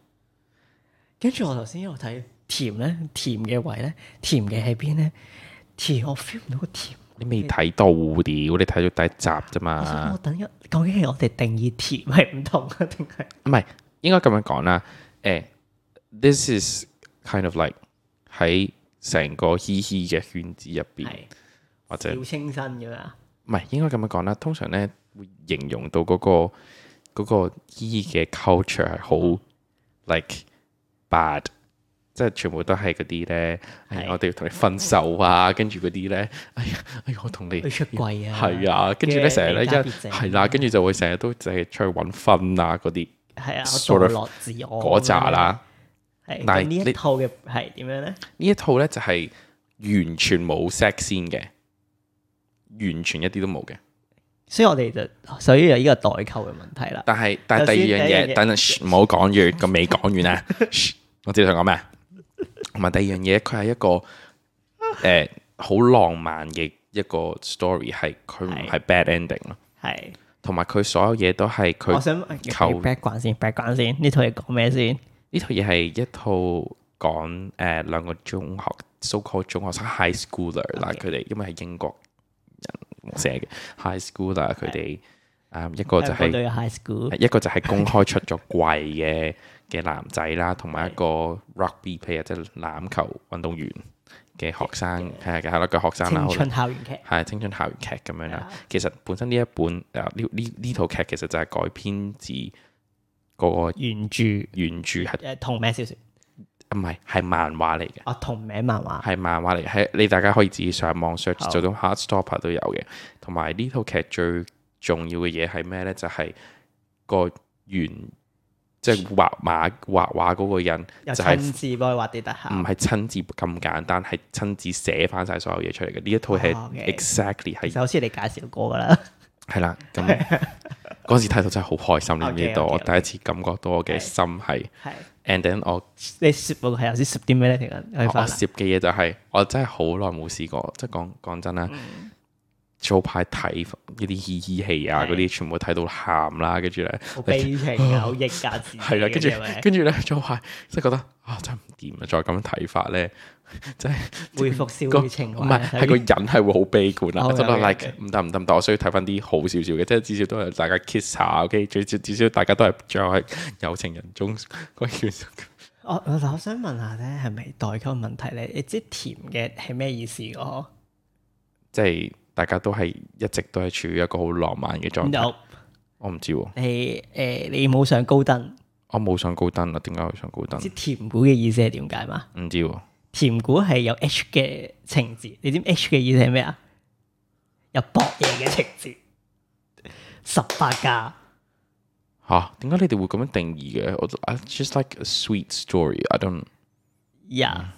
跟住我頭先一路睇甜咧，甜嘅位咧，甜嘅喺邊咧？甜我 feel 唔到個甜，
你未睇到屌，你睇咗第一集啫
我想 我
嘛，
等一究竟係我哋定義甜係唔同啊，定係？
唔係應該咁樣講啦，誒、this is kind of like 喺成個嘻嘻嘅圈子入邊，
係
或者
小清新咁樣 啊，
唔係應該咁樣講啦。通常咧會形容到嗰、個嗰、個醫嘅 culture 係
嗯
好 like bad，即係全部都係嗰啲咧，哎呀
係
我哋要同你分手 啊，跟住嗰啲咧，哎呀，哎呀，我同你
去出櫃啊
係啊，跟住咧
嘅
成日咧一
離家別井
係啦，跟住就會成日都淨係出去揾分啊嗰啲
係啊，
sort
墮
of
落自我
嗰扎啦。
咁樣咧。係，
但係
但呢一
你
套嘅係點樣咧？
呢一套咧就係完全冇 sex 先嘅，完全一啲都冇嘅。
所以我哋就所以有呢個代溝嘅問題啦。
但係但係
首先第
第二
一
樣
樣
嘢，
嘢
等陣噓唔好講完，咁未講完 啊！噓我知道想講咩，啊同埋第二樣嘢，佢係一個誒好、浪漫嘅一個 story，係佢唔係 bad ending 咯，
係，
同埋佢所有嘢都係
我
佢
想哎
求
background 先，background 先，呢套嘢講咩先？
呢套嘢係一套講誒、兩個中學 so called 中學生 high schooler 啦，佢哋因為係英國人寫嘅 high schooler，佢哋誒一個就
香
係、
港對 high school
一個就係公開出咗櫃嘅嘅男仔啦，同埋一個 rugby player 即係欖球運動員嘅學生，係係啦個學生啦，
青
好啦
春校園劇，
係青春校園劇咁樣啦。其實本身呢一本誒呢呢呢套劇其實就係改編自嗰個
原著
原著係
誒同名小説，
唔係係漫畫嚟嘅。
哦同名漫畫，
係漫畫嚟，係你大家可以自己上網 search
好
做到 Heartstopper 都有嘅。同埋呢套劇最重要嘅嘢係咩呢？就係、個原即係畫馬畫畫嗰個人
又
就係嗯
親自幫佢畫啲特效，
唔係親自咁簡單，係親自寫翻晒所有嘢出嚟嘅。呢一套係
哦，OK 其
exactly 係
實好似你介紹過㗎啦，
係啦。 咁嗰陣時睇到真係好開心，你知唔知道？
OK，OK，OK
我第一次感覺到我嘅心係
係
，and then 我
你説我係頭先説啲咩咧？其實可以
我
翻嗯
我攝嘅嘢就係、我真係好耐冇試過，即係講講真啦。早排睇呢啲嘻嘻戲啊，
係
嗰啲全部睇到喊啦，跟住咧
好悲情啊，好抑壓自己
係啦，
嗰
跟
啲
住
係咪
跟住咧早排即係覺得啊真係唔掂啊，再咁樣睇法咧， 真係
恢復少
個
女情懷啊
唔係係個人係會好悲觀啊，
OK，
真係
OK，OK
like 唔得唔得唔得，我需要睇翻啲好少少嘅，即係至少都係大家 kiss 下，OK，最少至少大家都係最後係有情人終嗰件事。
我我我想問下咧，係咪代溝問題咧？你知甜嘅係咩意思個？
即係大家都係一直都係處於一個好浪漫嘅狀態。
有
我唔知喎，
你誒，你冇上高登，
我冇上高登啊，點解會上高登？
知甜股嘅意思係點解嘛？
唔知喎，
甜股係有 H 嘅情節，你知唔知 H 嘅意思係咩啊？有搏嘢嘅情節，十八加。
吓？點解你哋會咁樣定義嘅？我 I just like a sweet story，I don't
呀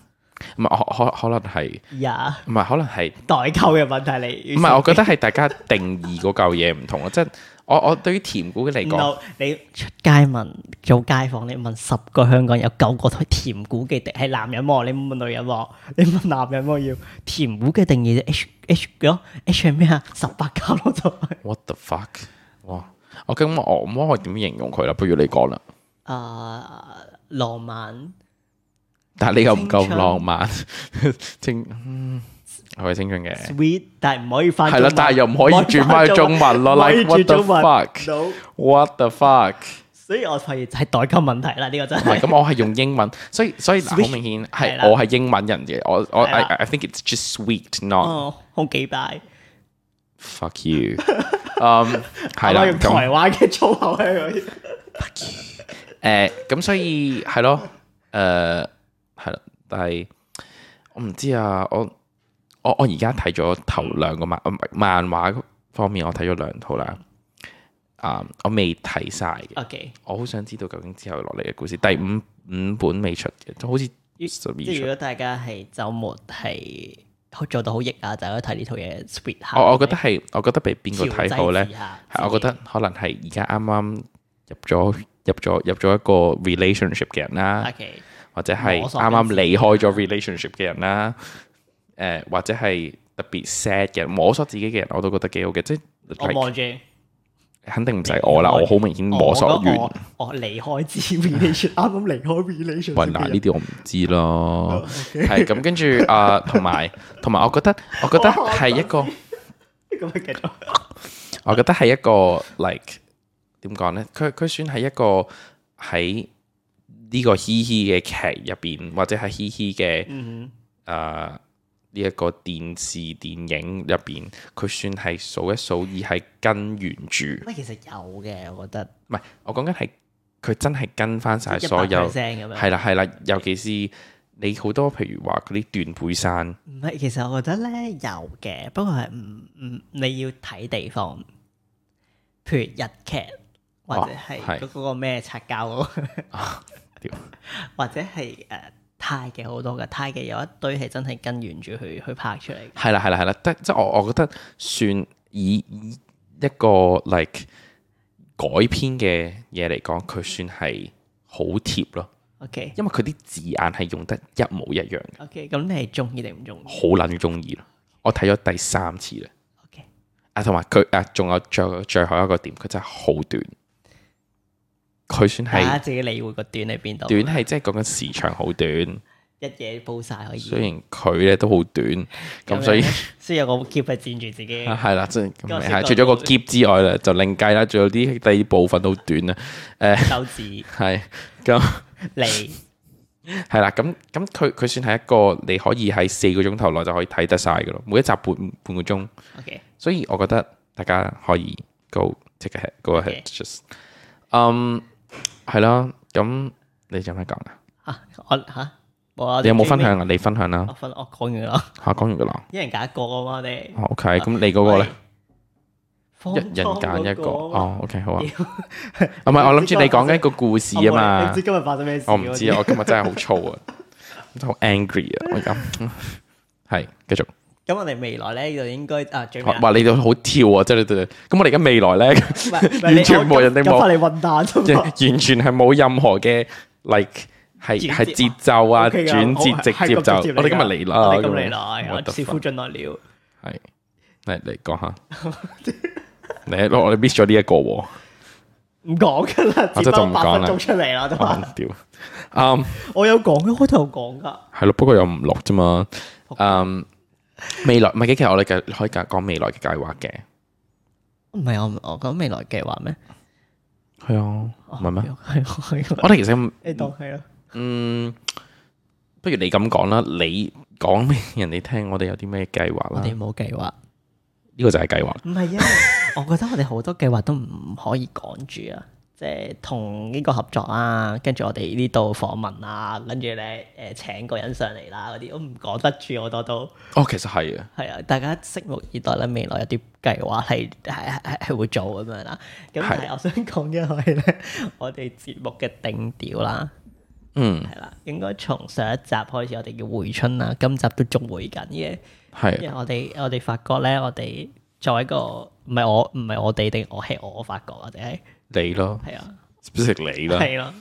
唔係可可可能係
呀，
唔係可能係
代溝嘅問題你
唔係？我覺得係大家定義嗰嚿嘢唔同啊咯，即係我我對於甜股嚟講。
No，你出街問做街訪，你問十個香港有九個都係甜股嘅定係男人喎，你唔問女人喎，你問男人喎要甜股嘅定義就 H H 咯，H 係咩啊？十八加咯就係
What the fuck！哇，我咁我我我點形容佢啦？不如你講啦。
啊浪漫
但係你又唔夠
青春
浪漫， 青嗯係咪青春嘅？
sweet，但係唔可以翻
係啦，但係又唔可以轉翻去中文咯。Like what the fuck？What
fuck？
the fuck？
所以我發現就係代溝問題啦，呢個真
唔係
係
咁，我係用英 文，所以所以嗱好
Sweet，
明顯
係
係
啦
我係英文人嘅。我我
係啦
I I think it's just sweet, not
哦好幾大，
fuck you。嗯，係
係
啦，
啦，用
咁
台灣嘅粗口喺度。
誒咁，所以係咯，誒係啦，但係我唔知啊，我我我而家睇咗頭兩個漫唔係漫畫方面，我睇咗兩套啦。啊、我未睇晒嘅，
OK。
我好想知道究竟之後落嚟嘅故事。第五五本未出嘅，都好似
即
十二
即係如
出。
果大家係週末係做到好逆啊，就可以睇呢套嘢 sweet 下。
我我覺得啊係，我覺得俾邊個
調劑
睇好咧
之？下
係，我覺得可能係而家啱啱入咗入咗入咗一個 relationship 嘅人啦。
OK
或者係
摸
啱
索緊
啱
自己
離開咗 relationship 嘅人啦，誒、或者係特別 sad 嘅人摸索自己嘅人，我都覺得幾好嘅，即
我
係
望住
肯定唔使我啦，
我
我好明顯摸索完。
我我我離開之 relation，啱啱離開 relation。
喂，嗱呢啲我唔知 咯，係咁跟住啊，同埋同埋，我覺得 我覺得係一個，
咁樣繼 續。
我覺得係一個 like 點講咧？佢佢算係一個喺呢個嘻嘻嘅劇入邊，或者係嘻嘻嘅。
嗯
誒呢一個電視電影入邊，佢算係數一數二係跟原著，
哼，喂，其實有嘅，我覺得
唔係我講緊係佢真係跟翻晒
即係
所
100%
有，
咁樣。
係啦係啦，尤其是你好多譬如話嗰啲斷背山，
唔係，其實我覺得咧有嘅，不過係唔唔你要睇地方，譬如日劇或者係
哦係啊
嗰嗰個咩擦膠嗰個
屌
或者係誒泰嘅好多嘅泰嘅有一堆係真係跟原著去去拍出嚟嘅。
係啦係啦係啦，得即係我我覺得算以以一個 like 改編嘅嘢嚟講，佢算係好貼咯，
OK
因為佢啲字眼係用得一模一樣，
OK，咁你係中意定唔中意
好撚中意咯，我睇咗第三次啦。
？OK，
啊，同埋佢啊，仲有最後最後一個點，佢真係好短，佢算
大家
係
自己理會個短喺邊度。
短係即係講緊時長好短，
一嘢煲晒可以。
雖然佢咧都好短，
樣
咁所以
咧 所以有個 keep 係佔住自 己。
啊係啦，即係
因為
咁
先
係
講
除咗個
到
夾之外啦，就另計啦，仲有啲第二部分都好短啦，
手指
係咁
脷
係啦，咁咁佢佢算係一個你可以喺四個鐘頭內就可以睇得晒噶咯，每一集半半個鐘，
OK
所以我覺得大家可以 go take a head go ahead
Okay
just 嗯係啦，咁你有咩講啊？
嚇我嚇冇啊！
你有冇分
最尾？哦
享啊？你分享啦
我，分我講完啦，
吓講完噶啦。
一人揀一個啊嘛，我哋。
哦 OK，咁你嗰個咧，
方
一人揀一個。
艙嗰個啊嘛，
哦，OK，好啊。
屌
唔係，我諗住你講緊一個故事啊
我唔
嘛
知。今日發生咩事。
我唔知啊，我今日真係好燥啊，真係好 angry 啊，我而家。係，繼續。
咁我哋未來咧就應該啊最尾啦
哇，你哋好跳啊，即係你哋。咁我哋而家未 來咧，
唔係唔係
完全冇人
你
你
我
冇
我翻嚟混蛋啫嘛。
完全係冇任何嘅 like 係
轉折
係節奏 啊，
OK 㗎
轉
我
折直
係
接
咁
就哦
直接嚟㗎
我哋今日嚟啦，
我哋咁嚟啦，哎
What the
我似
fuck
乎盡來了。
係嚟嚟講下， 你我哋 miss 咗呢一個喎，
唔講㗎啦，只
啊
不
真係就
過
唔
八
講
分
啦
鐘出嚟啦，都話
啊屌，嗯，
我有講嘅，開頭有講㗎。
係咯，不過又唔錄啫嘛，嗯，未來唔係嘅，其實我哋嘅可以講未來嘅計劃嘅，
唔係我我講未來計劃咩？
係啊，唔 係咩？
係係係
我哋其實
你當係咯。
嗯，不如你咁講啦，你講俾人哋聽，我哋有啲咩計劃
我
啦？
哋冇計劃。
呢個就係計劃，
唔係因啊為 我覺得我哋好多計劃都唔可以趕住啊，即係同呢個合作啊，跟住我哋呢度訪問啊，跟住咧誒請個人上嚟啦嗰啲，我唔講得住好多都
哦，其實係啊，
係啊，大家拭目以待啦，未來有啲計劃係係係係係會做咁樣啦。咁
係
但係我想講嘅係咧， 我哋節目嘅定調啦。
嗯，
係啦，應該從上一集開始，我哋叫回春啦，今集都仲回緊嘅，因為
係
我哋我哋發覺咧，我哋作為一個唔係我唔係我哋定我係我發覺，我哋係
你咯
係啊
specific 你啦，
係啦，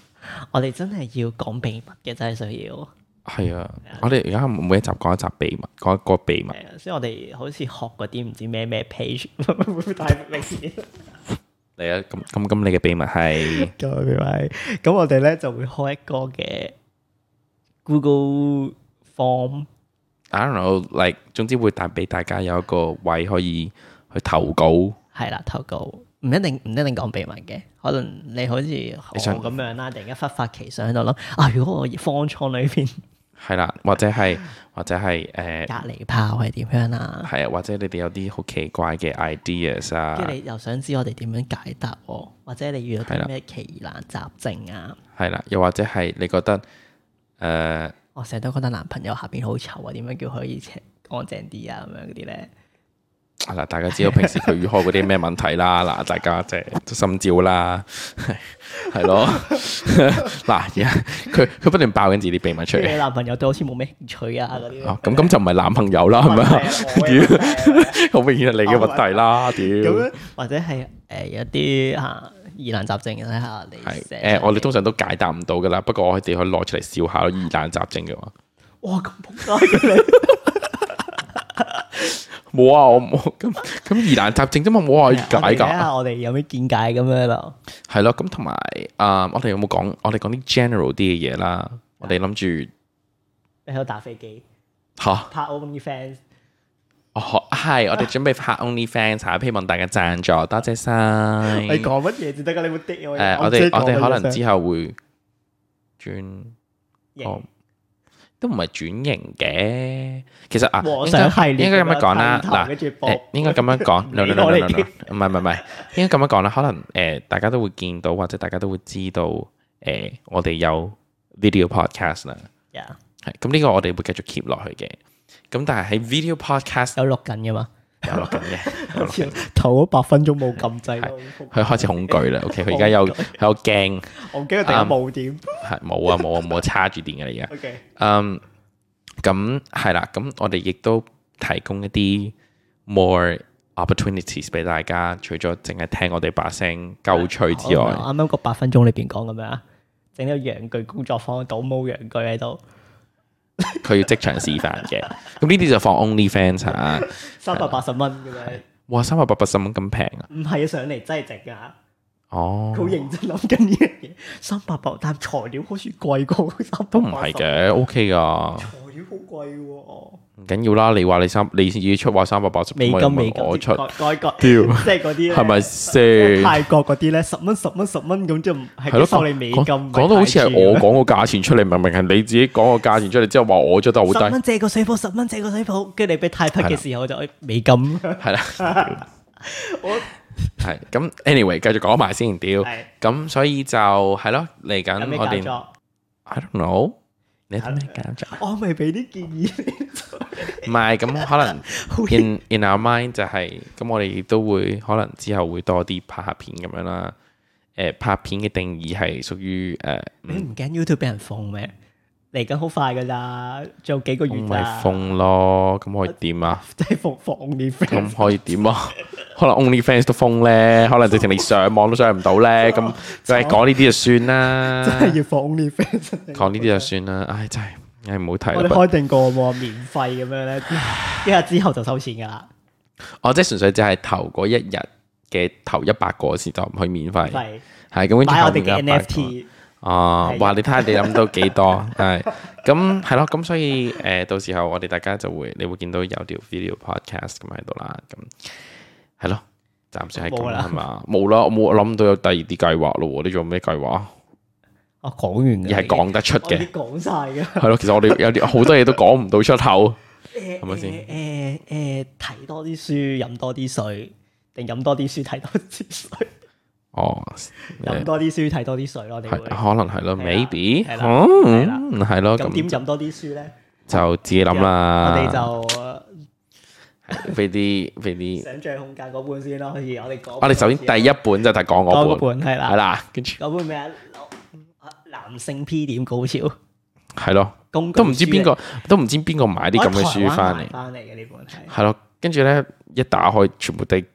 我哋真係要講秘密嘅，真係需要
係啊，我哋而家每一集講一集秘密，講一個秘密，
係啊，所以我哋好似學嗰啲唔知咩咩 page，會 唔會太明顯？
你啊，咁咁咁，你嘅秘 密係
咁咪咁我哋咧就會開一個嘅 Google Form。
I don't know，like 總之會帶俾大家有一個位可以去投稿，
係啦，投稿唔一定唔一定講秘密嘅，可能你好似我
想
咁樣啦，突然間忽發奇想喺度諗啊，如果我方艙裏邊
係啦，或者 係或者係誒
隔離炮係點樣啦，
係啊，或者你哋有啲好奇怪嘅 ideas 啊
跟，住你又想知我哋點樣解答喎，或者你遇到
係啦
啲咩奇難雜症啊？
係啦，又或者係你覺得誒。呃
我成日都覺得男朋友下邊好臭啊，點樣叫佢可以清乾淨啲啊？咁樣嗰啲咧，
係啦，大家知道平時佢遇開嗰啲咩問題啦，嗱，大家即係心照啦， 係係咯， 嗱，而家佢佢不斷爆緊自己啲秘密出
跟住
嚟，
你男朋友對我好似冇咩興趣 啊嗰啲。
啊咁咁就唔係男朋友啦，係咪啊？
係啊我啊
好明顯係你嘅問題啦，屌，
咁樣或者係誒有啲嚇疑難雜症睇下你
係
寫
誒，
上
我哋
嚟
通常都解答唔到噶啦，不過我哋可以攞出嚟笑下咯，疑難雜症嘅話，
哇咁仆街嘅你，
冇啊，我冇咁咁疑難雜症啫嘛，冇話要解
我哋睇
㗎，
下我哋有咩見解咁樣咯。
係咯，咁同埋啊，我哋有冇講？我哋講啲 general 啲嘅嘢啦，我哋諗住
你喺度打飛機
嚇。
拍 OnlyFans，
哦，係，我哋準備拍 OnlyFans，下希望大家贊助，多謝晒。
你
誒，
講乜嘢至得㗎？你會滴我
嗯我哋我哋可能之後會轉，哦
型
都唔係轉型嘅。其實啊，
和
應
尚
該
系列
應該咁樣講啦，
剃頭
嗱
跟住，播
誒應該咁樣講
你
，no no no
我
no
哋
no，no，唔係唔係唔係，應該咁樣講啦。可能誒，大家都會見到，或者大家都會知道，誒，我哋有 video podcast 啦。
呀
係，咁呢個我哋會繼續 keep 落去嘅。咁但係喺 video podcast
有錄緊㗎嘛？
有落緊嘅，有落緊嘅
頭嗰八分鐘冇撳掣咯，
佢開始恐懼 啦。OK，佢而家有喺度驚，
我驚佢突然間冇點。
係冇啊冇啊冇啊，叉住電嘅 你而家。
OK，
嗯，咁係啦，咁我哋亦都提供一啲 more opportunities 俾大家，除咗淨係聽我哋把聲夠趣之
我
外，
啱啱個八分鐘裏邊講咁樣啊，整咗陽具工作坊倒模陽具喺度，
佢要即場示範嘅。咁呢啲就放 OnlyFans 啊！
三百八十蚊咁樣，
哇，三百八八十蚊咁平啊！
唔係啊上嚟真係值㗎。
哦
佢，好認真諗緊呢樣嘢，三百八，但材料好似貴過三百
都唔係，嘅，OK 噶，
材料好貴喎，哦
唔緊要啦。你話你三，你要出話三百八十，
美金美金，
我出
外外國，即
屌
係嗰啲呢
係咪先？
泰國嗰啲咧，十蚊十蚊十蚊咁就唔
係
係
咯，
收你美金，
講講到好似係我講個價錢出嚟，明明係你自己講個價錢出嚟之後話我咗得好
十
低，
蚊借個水泡，十蚊借個水泡，跟住你俾泰幣嘅時候就哎美金，
係 啦。係咁，anyway，繼續講埋先，屌
係。
咁所以就係咯，嚟
有
緊
咩
我
搞
哋
作？
I don't know，你有啲咩搞作？
我咪俾啲 建議你，
唔係咁，可能 in in our mind 就係咁，我哋亦都會可能之後會多啲拍下片咁樣啦。誒，拍片嘅定義係屬於誒
你唔驚 YouTube 俾人封咩？嚟緊好快噶咋，仲有幾個
唔
月
係
咋，
風咯，咁可以點啊？
即係放放 o n l
咁可以點啊？可能 OnlyFans 都封咧，可能直情你上網都上唔 到咧。咁就係講呢啲就算
真係
啦，
要放 OnlyFans 真係。
講呢啲就算啦。唉，真係，唉唔好提
我哋
啦。
開定個喎，免費咁樣咧，一日之後就收錢噶啦。
哦，即係純粹只係頭嗰一日嘅頭一百個嗰時就唔可以免費，
係
係咁跟住
買
後
我哋
面
嘅
嘅100個
NFT，
哦，
係
哇！你睇下你諗到幾多，係咁係咯，咁所以誒、呃到時候我哋大家就會，你會見到有條 video podcast 咁喺度啦，咁係咯，暫時係咁
冇
啦
啦，
係嘛？冇啦，我冇諗到有第二啲計劃咯喎，你做咩計劃啊？
我講完
而
㗎
係講得出
我已
嘅
經，講晒㗎。
係咯，其實我哋有啲好多嘢都講唔到出口，
係
咪先
先？誒誒，睇多啲書，飲多啲水，定飲多啲書，睇多啲水，
哦，
飲
誒
多啲書，睇多啲水咯。我哋會
係可能係咯
係啦
，maybe，
係啦係啦
嗯，係咯，
咁點
咁
飲多啲書咧？
就自己諗
我哋
啦，
就呃
係俾啲俾啲，
想像空間嗰本先咯。可以，我哋講。
我哋首先第一本就係講
講嗰
我本，
本係
係
啦，
啦，跟住。
嗰本咩啊？男性 P 點高潮，
系咯，
工具
都唔知
書
邊
嚟
個，都唔知邊個買啲咁嘅書翻
啊我喺台灣買
嚟，
翻嚟嘅呢本係，
係咯，跟住咧一打開，全部都係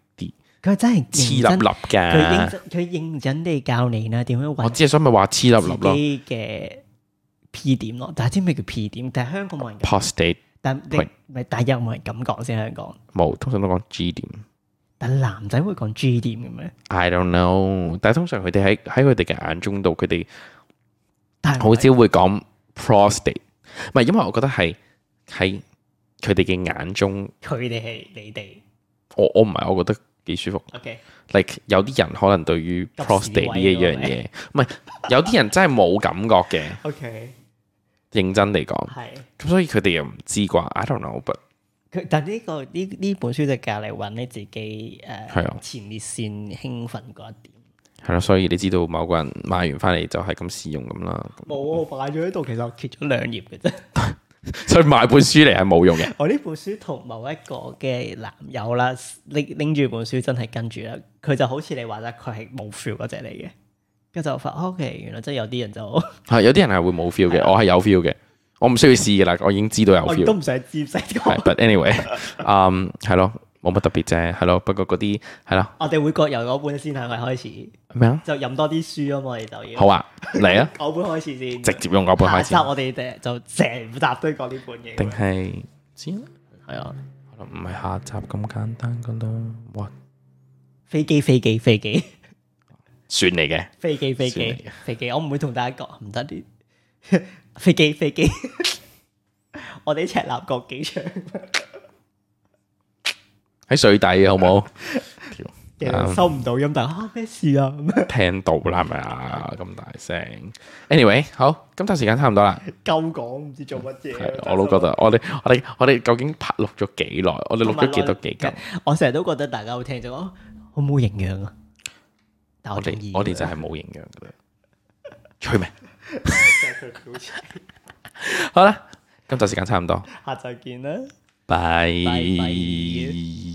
佢真係
黐
認
粒
真，
粒
佢認
嘅。
真，佢認真地教你啦點樣
我
揾
只係想咪話黐粒粒
自
咯
己嘅 P 點咯。但係知唔知咩叫 P 點？但係香港冇人咁，
，post date
但你
喂
咪但係有冇人咁講先香港？
冇，通常都講 G 點
但係男仔會講 G 點嘅咩？
，I don't know。但係通常佢哋喺喺佢哋嘅眼中度，佢哋
但係
好少會講 prostate，唔係因為我覺得係喺佢哋嘅眼中，
佢哋係你哋
我我唔係，我覺得幾舒服。
OK
like 有啲人可能對於
急屎
prostate 呢
位
一
咯
樣嘢，唔係有啲人真係冇感覺嘅，
OK
認真嚟講。
係。
咁所以佢哋又唔知啩？I don't know，but
佢但呢、個呢呢本書就教你揾你自己誒、
係啊
前列腺興奮嗰一點。
係咯，所以你知道某個人買完翻嚟就係咁試用咁啦，
冇我擺咗喺度，其實我揭咗兩頁嘅啫。
所以買本書嚟係冇用嘅。
我呢本書同某一個嘅男友啦，拎拎住本書真係跟住啦，佢就好似你話啦，佢係冇 feel 嗰只嚟嘅。跟住就發哦 OK，原來真係有啲人就
係有啲人係會冇 feel 嘅，我係有 feel 嘅，我唔需要試嘅啦，我已經知道有
我亦都
feel。
唔想知唔使
係
講。
，but anyway，嗯，係咯，冇乜特別啫，係咯。不過嗰啲係啦，
我哋會各由嗰本先係咪開始？
咩啊？
就飲多啲書啊嘛，我哋就要
好啊，嚟 啊，
嗰本開始先。
直接用嗰本
下
開
集
始，
我哋誒就成集都講呢本嘢。
定係知啦，
係啊，
可能唔係下集咁簡單噶咯。哇，
飛機飛機飛機。
算你嘅，
飛機飛
算嚟
機飛機，我唔會同大家講唔得啲 飛機飛機。 我哋赤鱲角機場
喺水底嘅好冇？
嘅收唔到音，但啊咩事啊？ 咁樣
聽到啦，係咪啊？咁大聲。Anyway，好，今集時間差唔多啦。
夠講唔知做乜
係
嘢。啊
我都覺得，我哋我哋我哋究竟拍錄咗幾耐？我哋錄咗幾多幾集？
我成日都覺得大家會聽咗，哦好冇營養啊！但
我
我中意
哋我哋就係冇營養噶啦，吹咩？ 好啦，今集時間差唔多，
下集見啦。
拜
拜拜